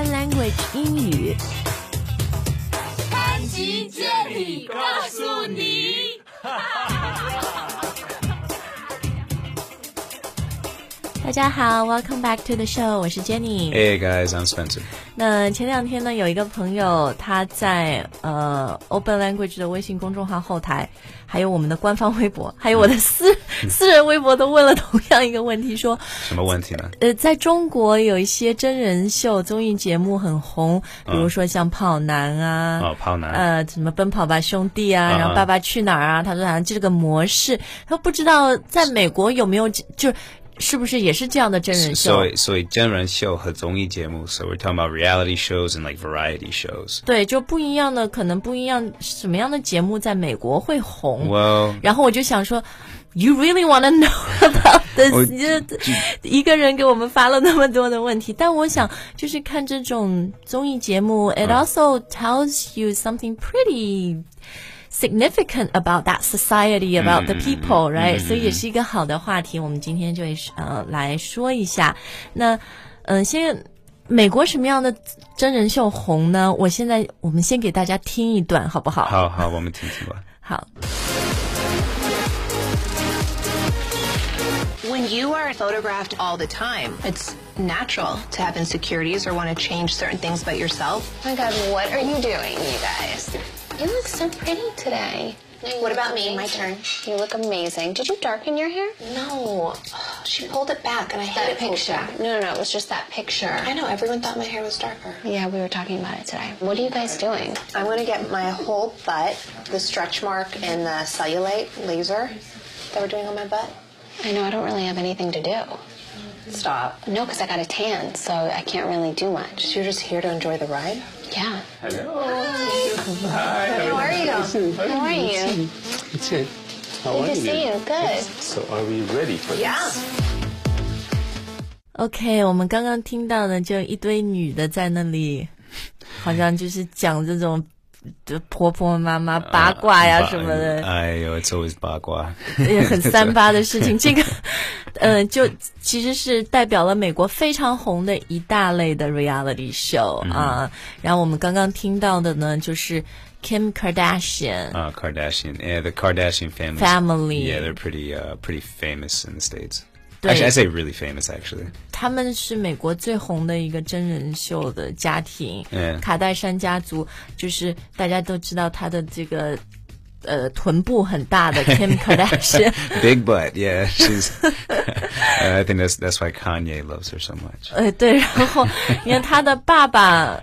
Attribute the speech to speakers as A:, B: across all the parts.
A: Language 英语。
B: 班级接力告诉你。
A: 大家好，Welcome back to the show，我是 Jenny。
C: Hey guys, I'm Spencer.
A: 那前两天呢，有一个朋友他在呃 Open Language 的微信公众号后台，还有我们的官方微博，还有我的私、私人微博都问了同样一个问题，说
C: 什么问题呢？
A: 呃，在中国有一些真人秀综艺节目很红，比如说像《嗯跑男》啊，
C: 哦跑男
A: 呃，什么《奔跑吧兄弟》啊，然后《爸爸去哪儿》啊，他说好像这个模式，他不知道在美国有没有这，就是是不是也是这样的真人秀？
C: 所以所以真人秀和综艺节目，so we're talking about reality shows and like variety shows.
A: 对，就不一样的，可能不一样，什么样的节目在美国会红
C: Well,
A: 然后我就想说，You really wanna know about this？
C: 我
A: 你这一个人给我们发了那么多的问题，但我想就是看这种综艺节目，it also tells you something pretty。significant about that society, about the people, right？、所以也是一个好的话题，我们今天就呃来说一下。那嗯、呃先美国什么样的真人秀红呢？我现在我们先给大家听一段，好不好？
C: 好好，我们听听吧。
A: 好
D: When you are photographed all the time, it's natural to have insecurities or want to change certain things about yourself.
E: Oh my god, what are you doing, you guys? You look so pretty today. what about me? My turn. You look amazing. Did you darken your hair?
D: No, she pulled it back, and I hate
E: That
D: it pulled
E: picture.
D: back.
E: No, no, no. It was just that picture.
D: I know everyone thought my hair was darker.
E: Yeah, we were talking about it today. What are you guys doing?
D: I'm gonna get my whole butt, the stretch mark and the cellulite laser that we're doing on my butt.
E: I know I don't really have anything to do.
D: Stop.
E: No, because I got a tan, so I can't really do much.
D: You're just here to enjoy the ride.
E: Yeah.
D: How are you?
E: How are you? Oh,
F: It's it. How
E: Good to see you. Good.
F: So are we ready for
D: Yeah.
A: ，OK，我们刚刚听到的就一堆女的在那里，好像就是讲这种呃婆婆妈妈八卦呀
C: 八
A: 什么的。
C: 哎呦，it's always 八卦。
A: 也很三 八的事情。这个，嗯，就其实是代表了美国非常红的一大类的 reality show 啊。然后我们刚刚听到的呢，就是 Kim Kardashian。
C: 啊，Kardashian. Yeah, the Kardashian family.
A: Family.
C: Yeah, they're pretty uh pretty famous in the states.
A: 对
C: Actually, I say really famous. Actually,
A: 他们是美国最红的一个真人秀的家庭，
C: 嗯
A: 卡戴珊家族，就是大家都知道她的这个呃臀部很大 的 Kim Kardashian，
C: big butt. Yeah, she's. I think that's that's why Kanye loves her so much.
A: 呃，对，然后你看他的爸爸，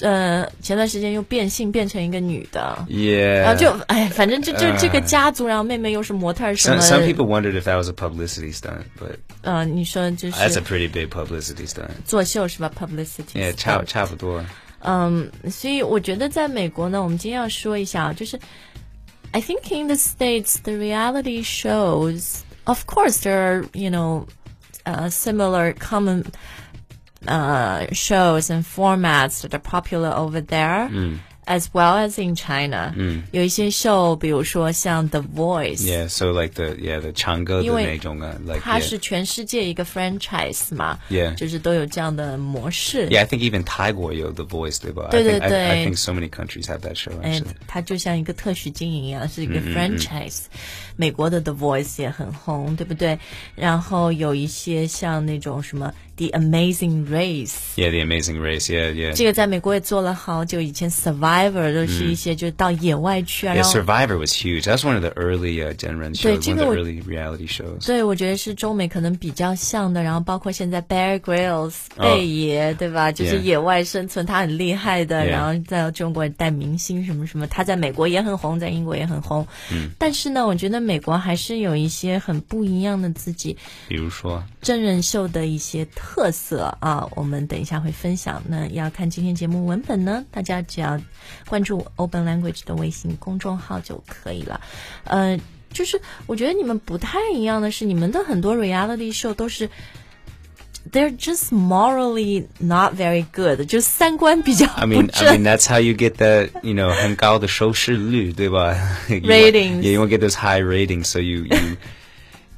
A: 呃，前段时间又变性变成一个女的，
C: 呃 Yeah.
A: 然后就哎，反正就就
C: 呃
A: 这个家族，然后妹妹又是模特儿什
C: Uh, Some,
A: 么
C: some
A: 的，
C: people wondered if that was a publicity stunt, but
A: 呃，你说就
C: that's a
A: 是
C: pretty big publicity stunt.
A: 作秀是吧？publicity，
C: Yeah, 差差不多。
A: 嗯，所以我觉得在美国呢，我们今天要说一下，就是 I think in the states the reality shows, of course there are you know, uh, similar common. Uh, shows and formats that are popular over there, as well as in China. 有一些 show，比如说像 The Voice，
C: Yeah, so like the yeah the 唱歌的
A: 因为
C: 那种啊，like
A: 它是
C: yeah,
A: 全世界一个 franchise 嘛
C: Yeah.
A: 就是都有这样的模式。
C: yeah. I think even 泰国有 The Voice 对吧？
A: 对
C: I think,
A: 对
C: I,
A: 对
C: I think so many countries have that show
A: 哎
C: actually.，
A: 它就像一个特许经营一样，是一个 franchise。美国的 The Voice 也很红，对不对？然后有一些像那种什么 The Amazing Race，
C: Yeah, The Amazing Race. Yeah, yeah.
A: 这个在美国也做了好久。以前 Survivor 都是一些就到野外去啊，
C: Yeah,
A: 然后
C: Survivor was huge. That's one of the early uh, Genren shows, one
A: 这个
C: of
A: 我-
C: the early reality shows.
A: 对，我觉得是中美可能比较像的，然后包括现在 Bear Grylls 贝爷，对吧？就是
C: 啊 Yeah
A: 野外生存，他很厉害的。
C: Yeah
A: 然后在中国带明星什么什么，他在美国也很红，在英国也很红。
C: 嗯
A: 但是呢，我觉得美国还是有一些很不一样的自己
C: 比如说，
A: 真人秀的一些特色啊，我们等一下会分享。那要看今天节目文本呢，大家只要关注 Open Language 的微信公众号就可以了。呃，就是我觉得你们不太一样的是，你们的很多 reality show 都是 they're just morally not very good，就三观比较
C: I
A: 不
C: mean,
A: 正。
C: I mean that's how you get that you know 很高的收视率对吧 You want-
A: Ratings.
C: Yeah, you want to get those high ratings, so you you.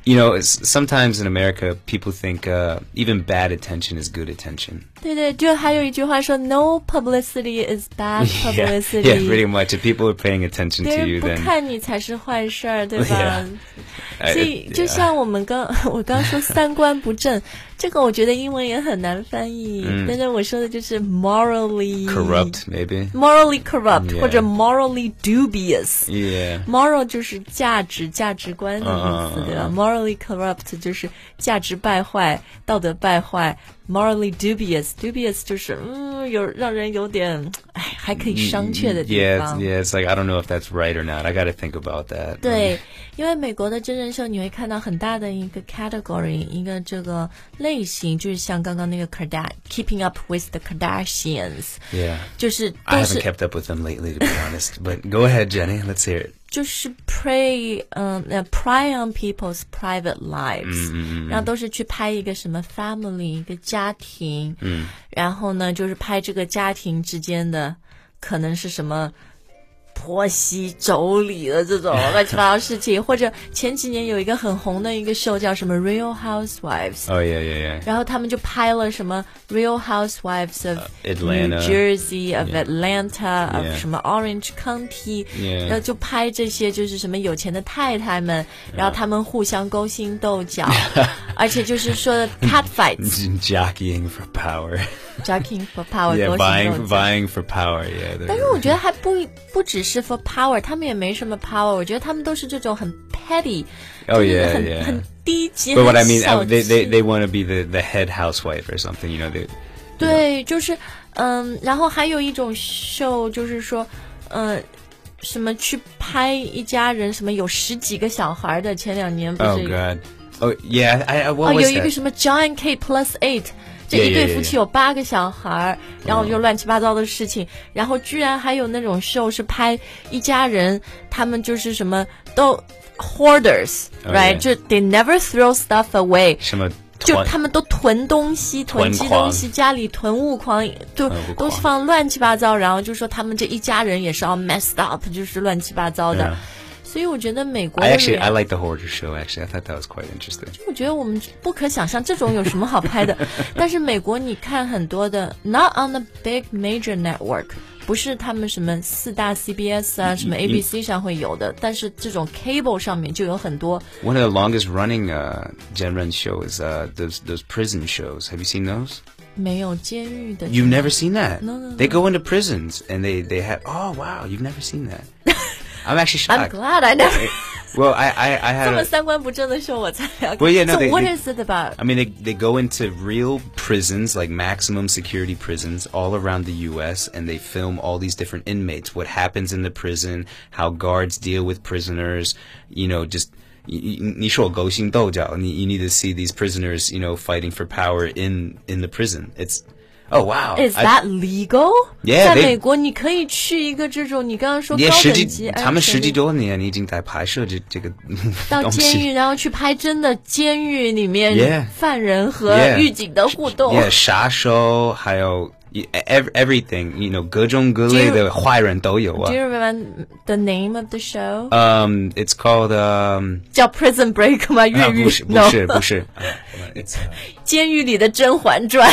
C: you know, it's, sometimes in America, people think uh, even bad attention is good attention.
A: 对对，就还有一句话说，No publicity is bad
C: Yeah,
A: publicity。
C: yeah, pretty much. If people are paying attention
A: 别
C: to
A: 人
C: you,
A: 不
C: then
A: 看你才是坏事儿，对吧
C: Yeah.？I-
A: 所以
C: yeah.
A: 就像我们刚 我刚说三观不正，这个我觉得英文也很难翻译，但是我说的就是 morally
C: 嗯 corrupt, maybe.
A: morally corrupt
C: Yeah.
A: 或者 morally dubious。
C: Yeah.
A: moral 就是价值、价值观的意思，
C: 嗯嗯嗯
A: 对吧
C: 嗯
A: ？morally corrupt 就是价值败坏、道德败坏；morally dubious，dubious 就是嗯，有让人有点哎，还可以
C: 嗯
A: 商榷的地
C: Yeah,
A: 方
C: it's,。yeah, it's like I don't know if that's right or not. I got to think about that.
A: 对，因为美国的真人秀你会看到很大的一个 category，一个这个类型，就是像刚刚那个 Kardashian Keeping Up with the Kardashians，
C: Yeah.
A: 就是都
C: I
A: 是
C: haven't kept up with them lately, to be honest. But go ahead, Jenny. Let's hear it.
A: 就是 prey，嗯、呃 p r e y on people's private lives，、然后都是去拍一个什么 family，一个家庭，嗯，然后呢，就是拍这个家庭之间的可能是什么。婆媳妯娌的这种乱七八糟事情，或者前几年有一个很红的一个秀叫什么《Real Housewives》，
C: Oh yeah, yeah, yeah.
A: 然后他们就拍了什么《Real Housewives of
C: Uh, Atlanta
A: New Jersey》of
C: Yeah.
A: Atlanta of
C: Yeah.
A: 什么 Orange County，
C: Yeah.
A: 然后就拍这些就是什么有钱的太太们，然后他们互相勾心斗 角，而且就是说 cat fights，jockeying
C: Jockeying for power.
A: for power，
C: yeah,
A: 勾
C: vying,
A: 心斗角。
C: vying for power. Yeah.
A: 但是我觉得还不不只是 for power，他们也没什么 power，我觉得他们都是这种很 petty，
C: Oh
A: 就是
C: yeah,
A: 很
C: yeah.
A: 很低级。
C: But what
A: 很
C: I mean,
A: 小
C: I, they, they,
A: 气
C: they want to be the, the head housewife or something, you know? They,
A: 对，就是嗯，然后还有一种秀，就是说，嗯，什么去拍一家人，什么有十几个小孩儿的，前两年不
C: oh,
A: 是
C: God. Oh, yeah. I, I,
A: 哦，
C: what
A: 有
C: was
A: 一个
C: that?
A: 什么 John K Plus Eight，这
C: Yeah,
A: 一对
C: yeah,
A: 夫
C: yeah,
A: 妻
C: yeah.
A: 有八个小孩儿，然后就乱七八糟的事情，然后居然还有那种秀是拍一家人，他们就是什么都
C: Oh,
A: hoarders，right？
C: yeah.
A: 就 they never throw stuff away，
C: 什么
A: 就
C: 团
A: 他们都囤东西、囤
C: 囤
A: 积
C: 狂
A: 东西，家里囤物狂，就
C: 囤物狂
A: 东西放乱七八糟，然后就说他们这一家人也是要 messed up，就是乱七八糟的
C: Yeah.。
A: 所以我觉得美国
C: 哎 I
A: 的
C: actually
A: 人
C: I like the hoarder show. Actually, I thought that was quite interesting.
A: 我觉得我们不可想象这种有什么好 拍的。但是美国你看很多的 not on the big major network，不是他们什么四大 CBS 啊、什么 ABC 上会有的，但是这种 cable 上面就有很多。
C: One of the longest running uh, Gen Ren show is uh, those those prison shows. Have you seen those?
A: 没有监狱的
C: You've never seen that.
A: No, no,
C: They go into prisons and they they have. Oh wow, you've never seen that. I'm actually
A: I'm
C: shocked.
A: glad I never.
C: Well, I I, I
A: 这
C: had.
A: 么
C: A,
A: 三观不正的事我才了解。
C: Well, yeah, no,
A: so
C: they-
A: what
C: they-
A: is it about?
C: I mean, they they go into real prisons, like maximum security prisons, all around the U.S., and they film all these different inmates. What happens in the prison? How guards deal with prisoners? You know, just. 你-你-你说勾心斗角，你- You need to see these prisoners, you know, fighting for power in in the prison. It's, oh wow,
A: Is
C: I-
A: that legal？、
C: Yeah,
A: 在
C: they-
A: 美国，你可以去一个这种你刚刚说高
C: 也十
A: 等
C: 几，
A: 级安全的地方，
C: 他们十几多年已经在拍摄这这个
A: 到
C: 东
A: 监
C: 西
A: 狱，然后去拍真的监狱里面
C: Yeah.
A: 犯人和
C: Yeah.
A: 狱警的互动。
C: ，yeah，杀手还有 ev- everything，you know，各种各类
A: Do
C: 的坏人都有啊
A: Do。you remember the name of the show？、
C: 嗯，it's called um，
A: 叫 Prison Break 吗？越
C: 啊
A: 狱、
C: 不是不
A: no,
C: 是不是啊，it's uh,
A: 监狱里的《甄嬛传》。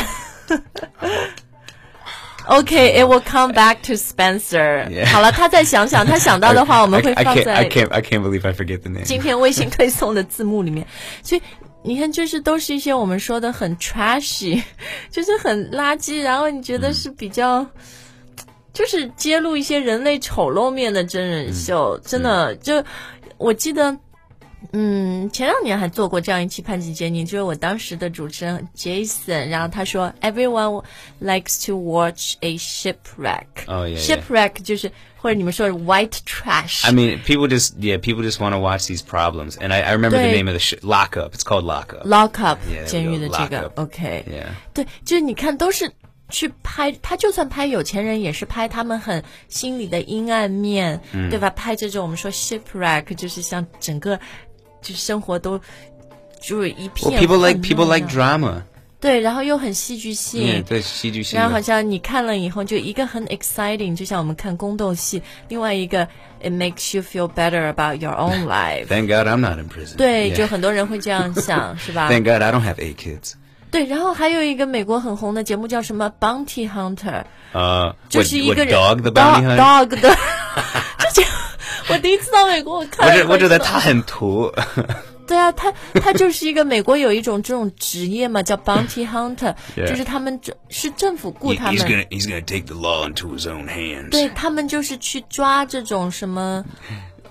A: Okay, it will come back to Spencer.
C: Yeah.
A: 好了，他再想想，他想到的话，我们会
C: I
A: 放
C: can't
A: 在
C: I can't I can't believe I forget the name。
A: 今天微信推送的字幕里面，所以你看，就是都是一些我们说的很 trashy，就是 很垃圾，然后你觉得是比较，就是揭露一些人类丑陋面的真人秀，真的就我记得。嗯，前两年还做过这样一期《潘吉杰尼》，就是我当时的主持人 Jason，然后他说，Everyone likes to watch a shipwreck。
C: Oh, yeah, yeah.
A: shipwreck 就是或者你们说 white trash。
C: I mean, people just yeah, people just want to watch these problems, and I, I remember the
A: 对。
C: name of the sh- lockup. It's called lockup.
A: lock up
C: Yeah, there we go,
A: 监狱的这个
C: lock up
A: OK，
C: Yeah.
A: 对，就是你看都是去拍，他就算拍有钱人，也是拍他们很心里的阴暗面，
C: 嗯
A: 对吧？拍这种我们说 shipwreck，就是像整个就生活都就是一片
C: Well, people
A: 混
C: like people
A: 乱
C: like drama.
A: 对，然后又很戏剧性。
C: 嗯，对，戏剧性
A: 然后好
C: 的。
A: 像你看了以后，就一个很 exciting，就像我们看宫斗戏；另外一个 it makes you feel better about your own life。
C: Thank God I'm not in prison.
A: 对
C: Yeah.
A: 就很多人会这样 想，是吧？
C: Thank God I don't have eight kids.
A: 对，然后还有一个美国很红的节目叫什么《Bounty Hunter》，
C: Uh,
A: 就
C: what,
A: 是一个人
C: what dog the
A: dog,
C: bounty hunter?
A: dog 的，这 就我第一次到美国，我看了
C: 我觉得
A: 以后
C: 我觉得
A: 就
C: 他 很土。
A: 对啊，他他就是一个美国有一种这种职业嘛，叫 bounty hunter，
C: Yeah.
A: 就是他们这是政府雇
C: He-
A: 他
C: he's
A: 们
C: gonna，he's gonna take the law into his own hands.
A: 对他们就是去抓这种什么、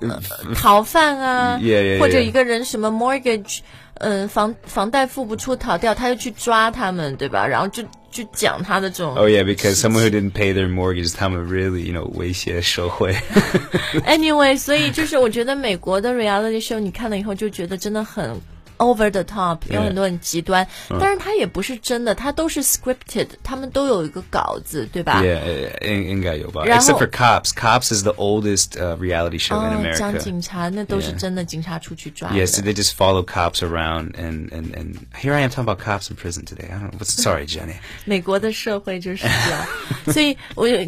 A: 呃逃犯啊
C: 嗯 Yeah, yeah,
A: 或者
C: yeah.
A: 一个人什么 mortgage，嗯、房房贷付不出逃掉，他就去抓他们，对吧？然后就就讲他的这种
C: Oh yeah, because someone who didn't pay their mortgage, 他们 really, you know, 威胁社会。
A: Anyway，所以就是我觉得美国的 reality show 你看了以后就觉得真的很 over the top，有很多很极端，
C: 嗯
A: 但是它也不是真的，它都是 scripted，他们都有一个稿子，对吧？
C: Yeah, uh, 应-应该有吧。
A: 然后-
C: Except for Cops. Cops is the oldest uh, reality show
A: 哦
C: in，
A: 讲
C: America.
A: 警察那都是
C: Yeah
A: 真的，警察出去抓
C: Yeah, so
A: 人
C: they just follow cops around, and, and, and here I am talking about cops in prison today. I don't know. What's, sorry, Jenny.
A: 美国的社会就是这 样，所以我有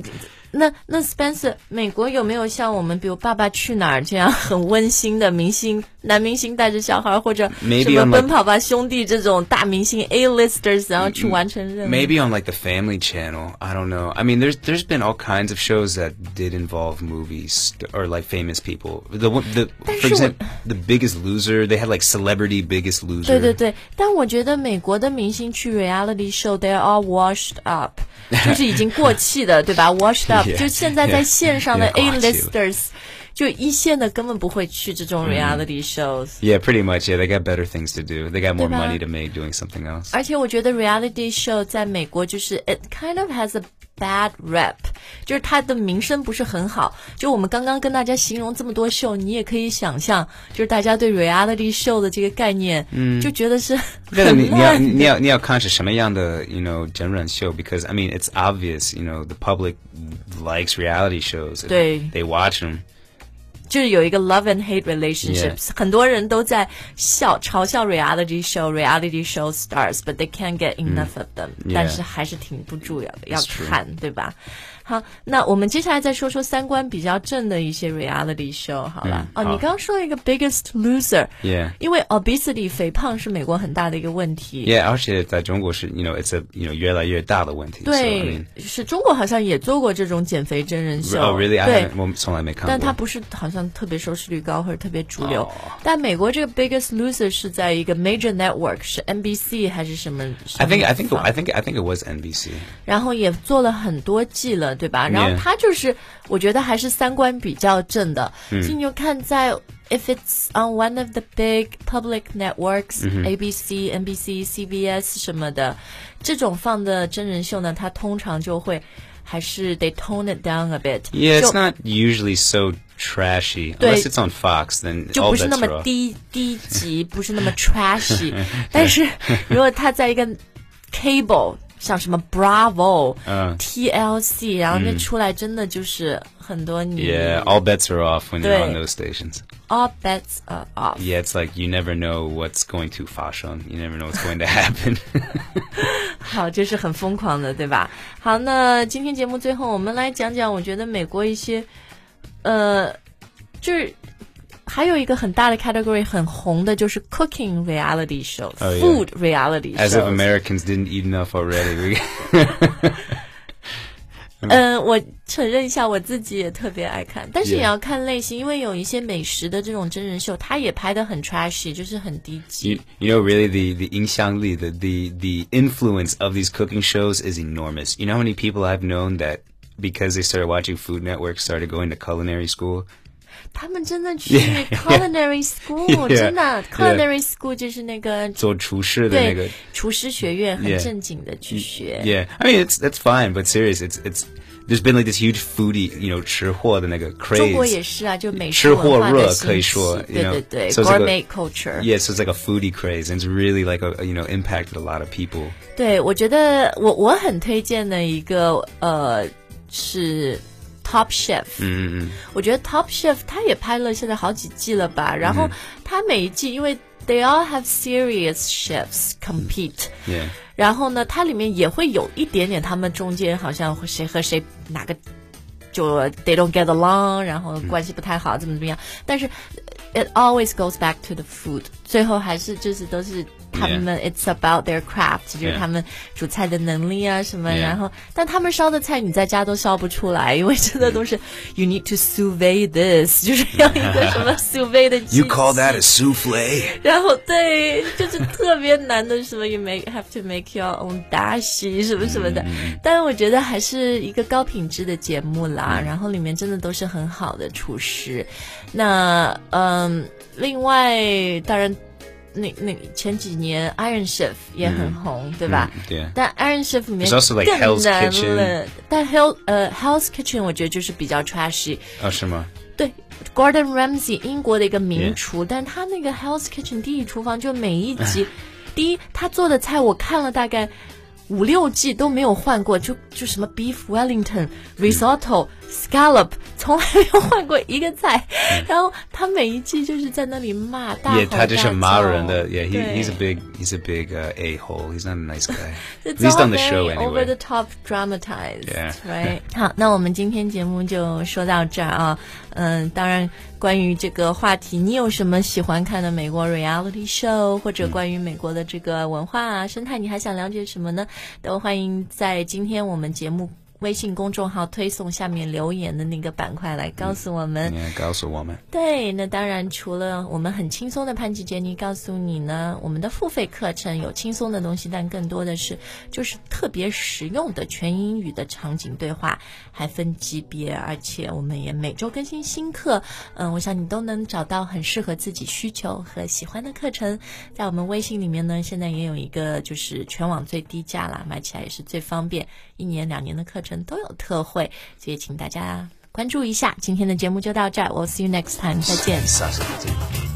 A: 那那 Spencer，美国有没有像我们比如《爸爸去哪儿》这样很温馨的明星男明星带着小孩儿，或者什
C: Maybe
A: 么《
C: on my-
A: 奔跑吧兄弟》这种大明星 A listers，然后去完成任务？
C: Maybe on like the Family Channel. I don't know. I mean, there's there's been all kinds of shows that did involve movies or like famous people. The one- the for
A: sure.
C: example, the Biggest Loser. They had like Celebrity Biggest
A: 对
C: Loser.
A: 对对，但我觉得美国的明星去 reality show，they are washed up，就是已经过气的，对吧？washed up，
C: Yeah,
A: 就现在在
C: yeah,
A: 线上的
C: yeah，
A: A
C: 过气了
A: listers，就一线的根本不会去这
C: 嗯
A: 种 reality shows。
C: Yeah, pretty much. Yeah, they got better things to do. They got more
A: Diba?
C: money to make doing something else.
A: 而且我觉得 reality show 在美国就是 it kind of has a bad rep，就是它的名声不是很好。就我们刚刚跟大家形容这么多秀，你也可以想象，就是大家对 reality show 的这个概念，嗯，就觉得是很烂的。
C: 那你你要你要你要看是什么样的 you know 真人秀 because I mean it's obvious you know the public likes reality shows
A: 对。
C: they watch them
A: 就是有一个 love and hate relationships，、很多人都在笑嘲笑 reality show reality show stars，but they can't get enough of them，、
C: Mm。 Yeah
A: 但是还是停不住要要
C: It's true
A: 看，对吧？好，那我们接下来再说说三观比较正的一些 reality show 好了。哦，
C: 嗯好
A: 你刚刚说了一个 Biggest Loser，、
C: Yeah
A: 因为 obesity 肥胖是美国很大的一个问题。
C: yeah 而且在中国是 you know it's a you know 越来越大的问题 so, I
A: 对
C: mean,，
A: 是中国好像也做过这种减肥真人秀。
C: oh really I
A: 对
C: haven't 我从来没看过
A: 但它不是好像特别收视率高或者特别主流。但美国这个 Biggest Loser 是在一个 major network，是 NBC 还是什么
C: I think I think
A: 什么地方
C: I think I think it was NBC
A: 然后也做了很多季了，对吧？然后他就是，我觉得还是三观比较正的。所以你就看在 if it's on one of the big public networks，ABC、NBC、CBS 什么的，这种放的真人秀呢，它通常就会还是 they tone it down a bit，
C: yeah
A: 就
C: it's not usually so trashy unless it's on Fox then
A: 就
C: all
A: 不是那
C: bets
A: 么
C: are off
A: 低低级， 不是那么 trashy。但是如果他在一个 cable，像什么 Bravo、
C: 嗯
A: TLC，然后那出来真的就是很多你
C: yeah all bets are off when you're on
A: 对。
C: those stations
A: all bets are off。
C: yeah it's like you never know what's going to fashion you never know what's going to happen
A: 好，这是很疯狂的，对吧？好，那今天节目最后我们来讲讲，我觉得美国一些，呃，就是。还有一个很大的 category 很红的就是 cooking reality show、
C: Oh, yeah.
A: food reality show。
C: As if Americans didn't eat enough already. We-
A: 嗯，我承认一下，我自己也特别爱看，但是
C: Yeah.
A: 也要看类型，因为有一些美食的这种真人秀，它也拍的很 trashy，就是很低
C: you,
A: 级。
C: you know, really, the the 影响力, the, the the influence of these cooking shows is enormous. You know how many people I've known that because they started watching Food Network started going to culinary school.
A: 他们真的 去 culinary school，
C: Yeah.
A: 真的
C: Yeah.
A: culinary school 就是那个对
C: 做厨师的那个
A: 厨师学院，很
C: Yeah.
A: 正经的去学。
C: Yeah, I mean it's that's fine, but serious, it's it's there's been like this huge foodie, you know, 吃货的那个
A: 中国也
C: craze.
A: 是啊，就美食
C: 吃货
A: 文化的
C: 热
A: 兴
C: 可以
A: 起
C: 说
A: 对
C: you know，
A: 对对
C: so it's like
A: ，gourmet
C: a-
A: culture。
C: Yeah, so it's like a foodie craze, and it's really like a you know impacted a lot of people.
A: 对，我觉得我我很推荐的一个呃是 Top Chef，嗯嗯嗯，我觉得 Top Chef 他也拍了现在好几季了吧，然后他每一季因为 they all have serious chefs compete。
C: Yeah.
A: 然后呢，它里面也会有一点点他们中间好像谁和谁哪个就 they don't get along，然后关系不太好，怎么怎么样。但是呃 it always goes back to the food，最后还是就是都是他们 it's about their craft，就是
C: Yeah.
A: 他们煮菜的能力啊什么。
C: Yeah.
A: 然后，但他们烧的菜你在家都烧不出来，因为真的都是 you need to sous vide this，就是要一个 什么 sous vide 的机器。
C: You call that a souffle?
A: 然后对，就是特别难的什么，you make have to make your own 大喜什么什么的。
C: 嗯
A: 但是我觉得还是一个高品质的节目
C: 嗯
A: 啦，然后里面真的都是很好的厨师。那嗯，另外当然。那那前几年 Iron Chef 也很红，对吧？
C: 嗯对
A: 但 Iron Chef 里面
C: There's also like
A: 更
C: Hell's
A: 难
C: Kitchen
A: 了。但 Hell 呃 Hell's Kitchen 我觉得就是比较 trashy，
C: Oh, Shema.
A: 对，Gordon Ramsay 英国的一个名厨但他那个 Hell's Kitchen 地狱厨房，就每一集， 第一他做的菜我看了大概五六季都没有换过，就就什么 Beef Wellington、Risotto、Scallop，从来没有换过一个菜。然后他每一季就是在那里骂大吼
C: Yeah,
A: 大
C: Tadish
A: 叫。
C: Amaran. uh, Yeah, he,
A: 对
C: he's a big, he's a big uh, a-hole. He's not a nice guy. At
A: It's
C: least
A: all
C: on the
A: very
C: show
A: Over the
C: anyway.
A: top dramatized,
C: Yeah.
A: right? 好，那我们今天节目就说到这儿啊。嗯，当然，关于这个话题，你有什么喜欢看的美国 reality show，或者关于美国的这个文化啊、生态，你还想了解什么呢？都欢迎在今天我们节目微信公众号推送下面留言的那个板块来告诉我们。
C: Yeah, Gaosu woman.
A: 对，那当然，除了我们很轻松的潘吉杰尼告诉你呢，我们的付费课程有轻松的东西，但更多的是就是特别实用的全英语的场景对话，还分级别，而且我们也每周更新新课。嗯，我想你都能找到很适合自己需求和喜欢的课程。在我们微信里面呢，现在也有一个就是全网最低价啦，买起来也是最方便，一年两年的课程都有特惠，所以请大家关注一下。今天的节目就到这儿，We'll see you next time，再见。
C: Sausage.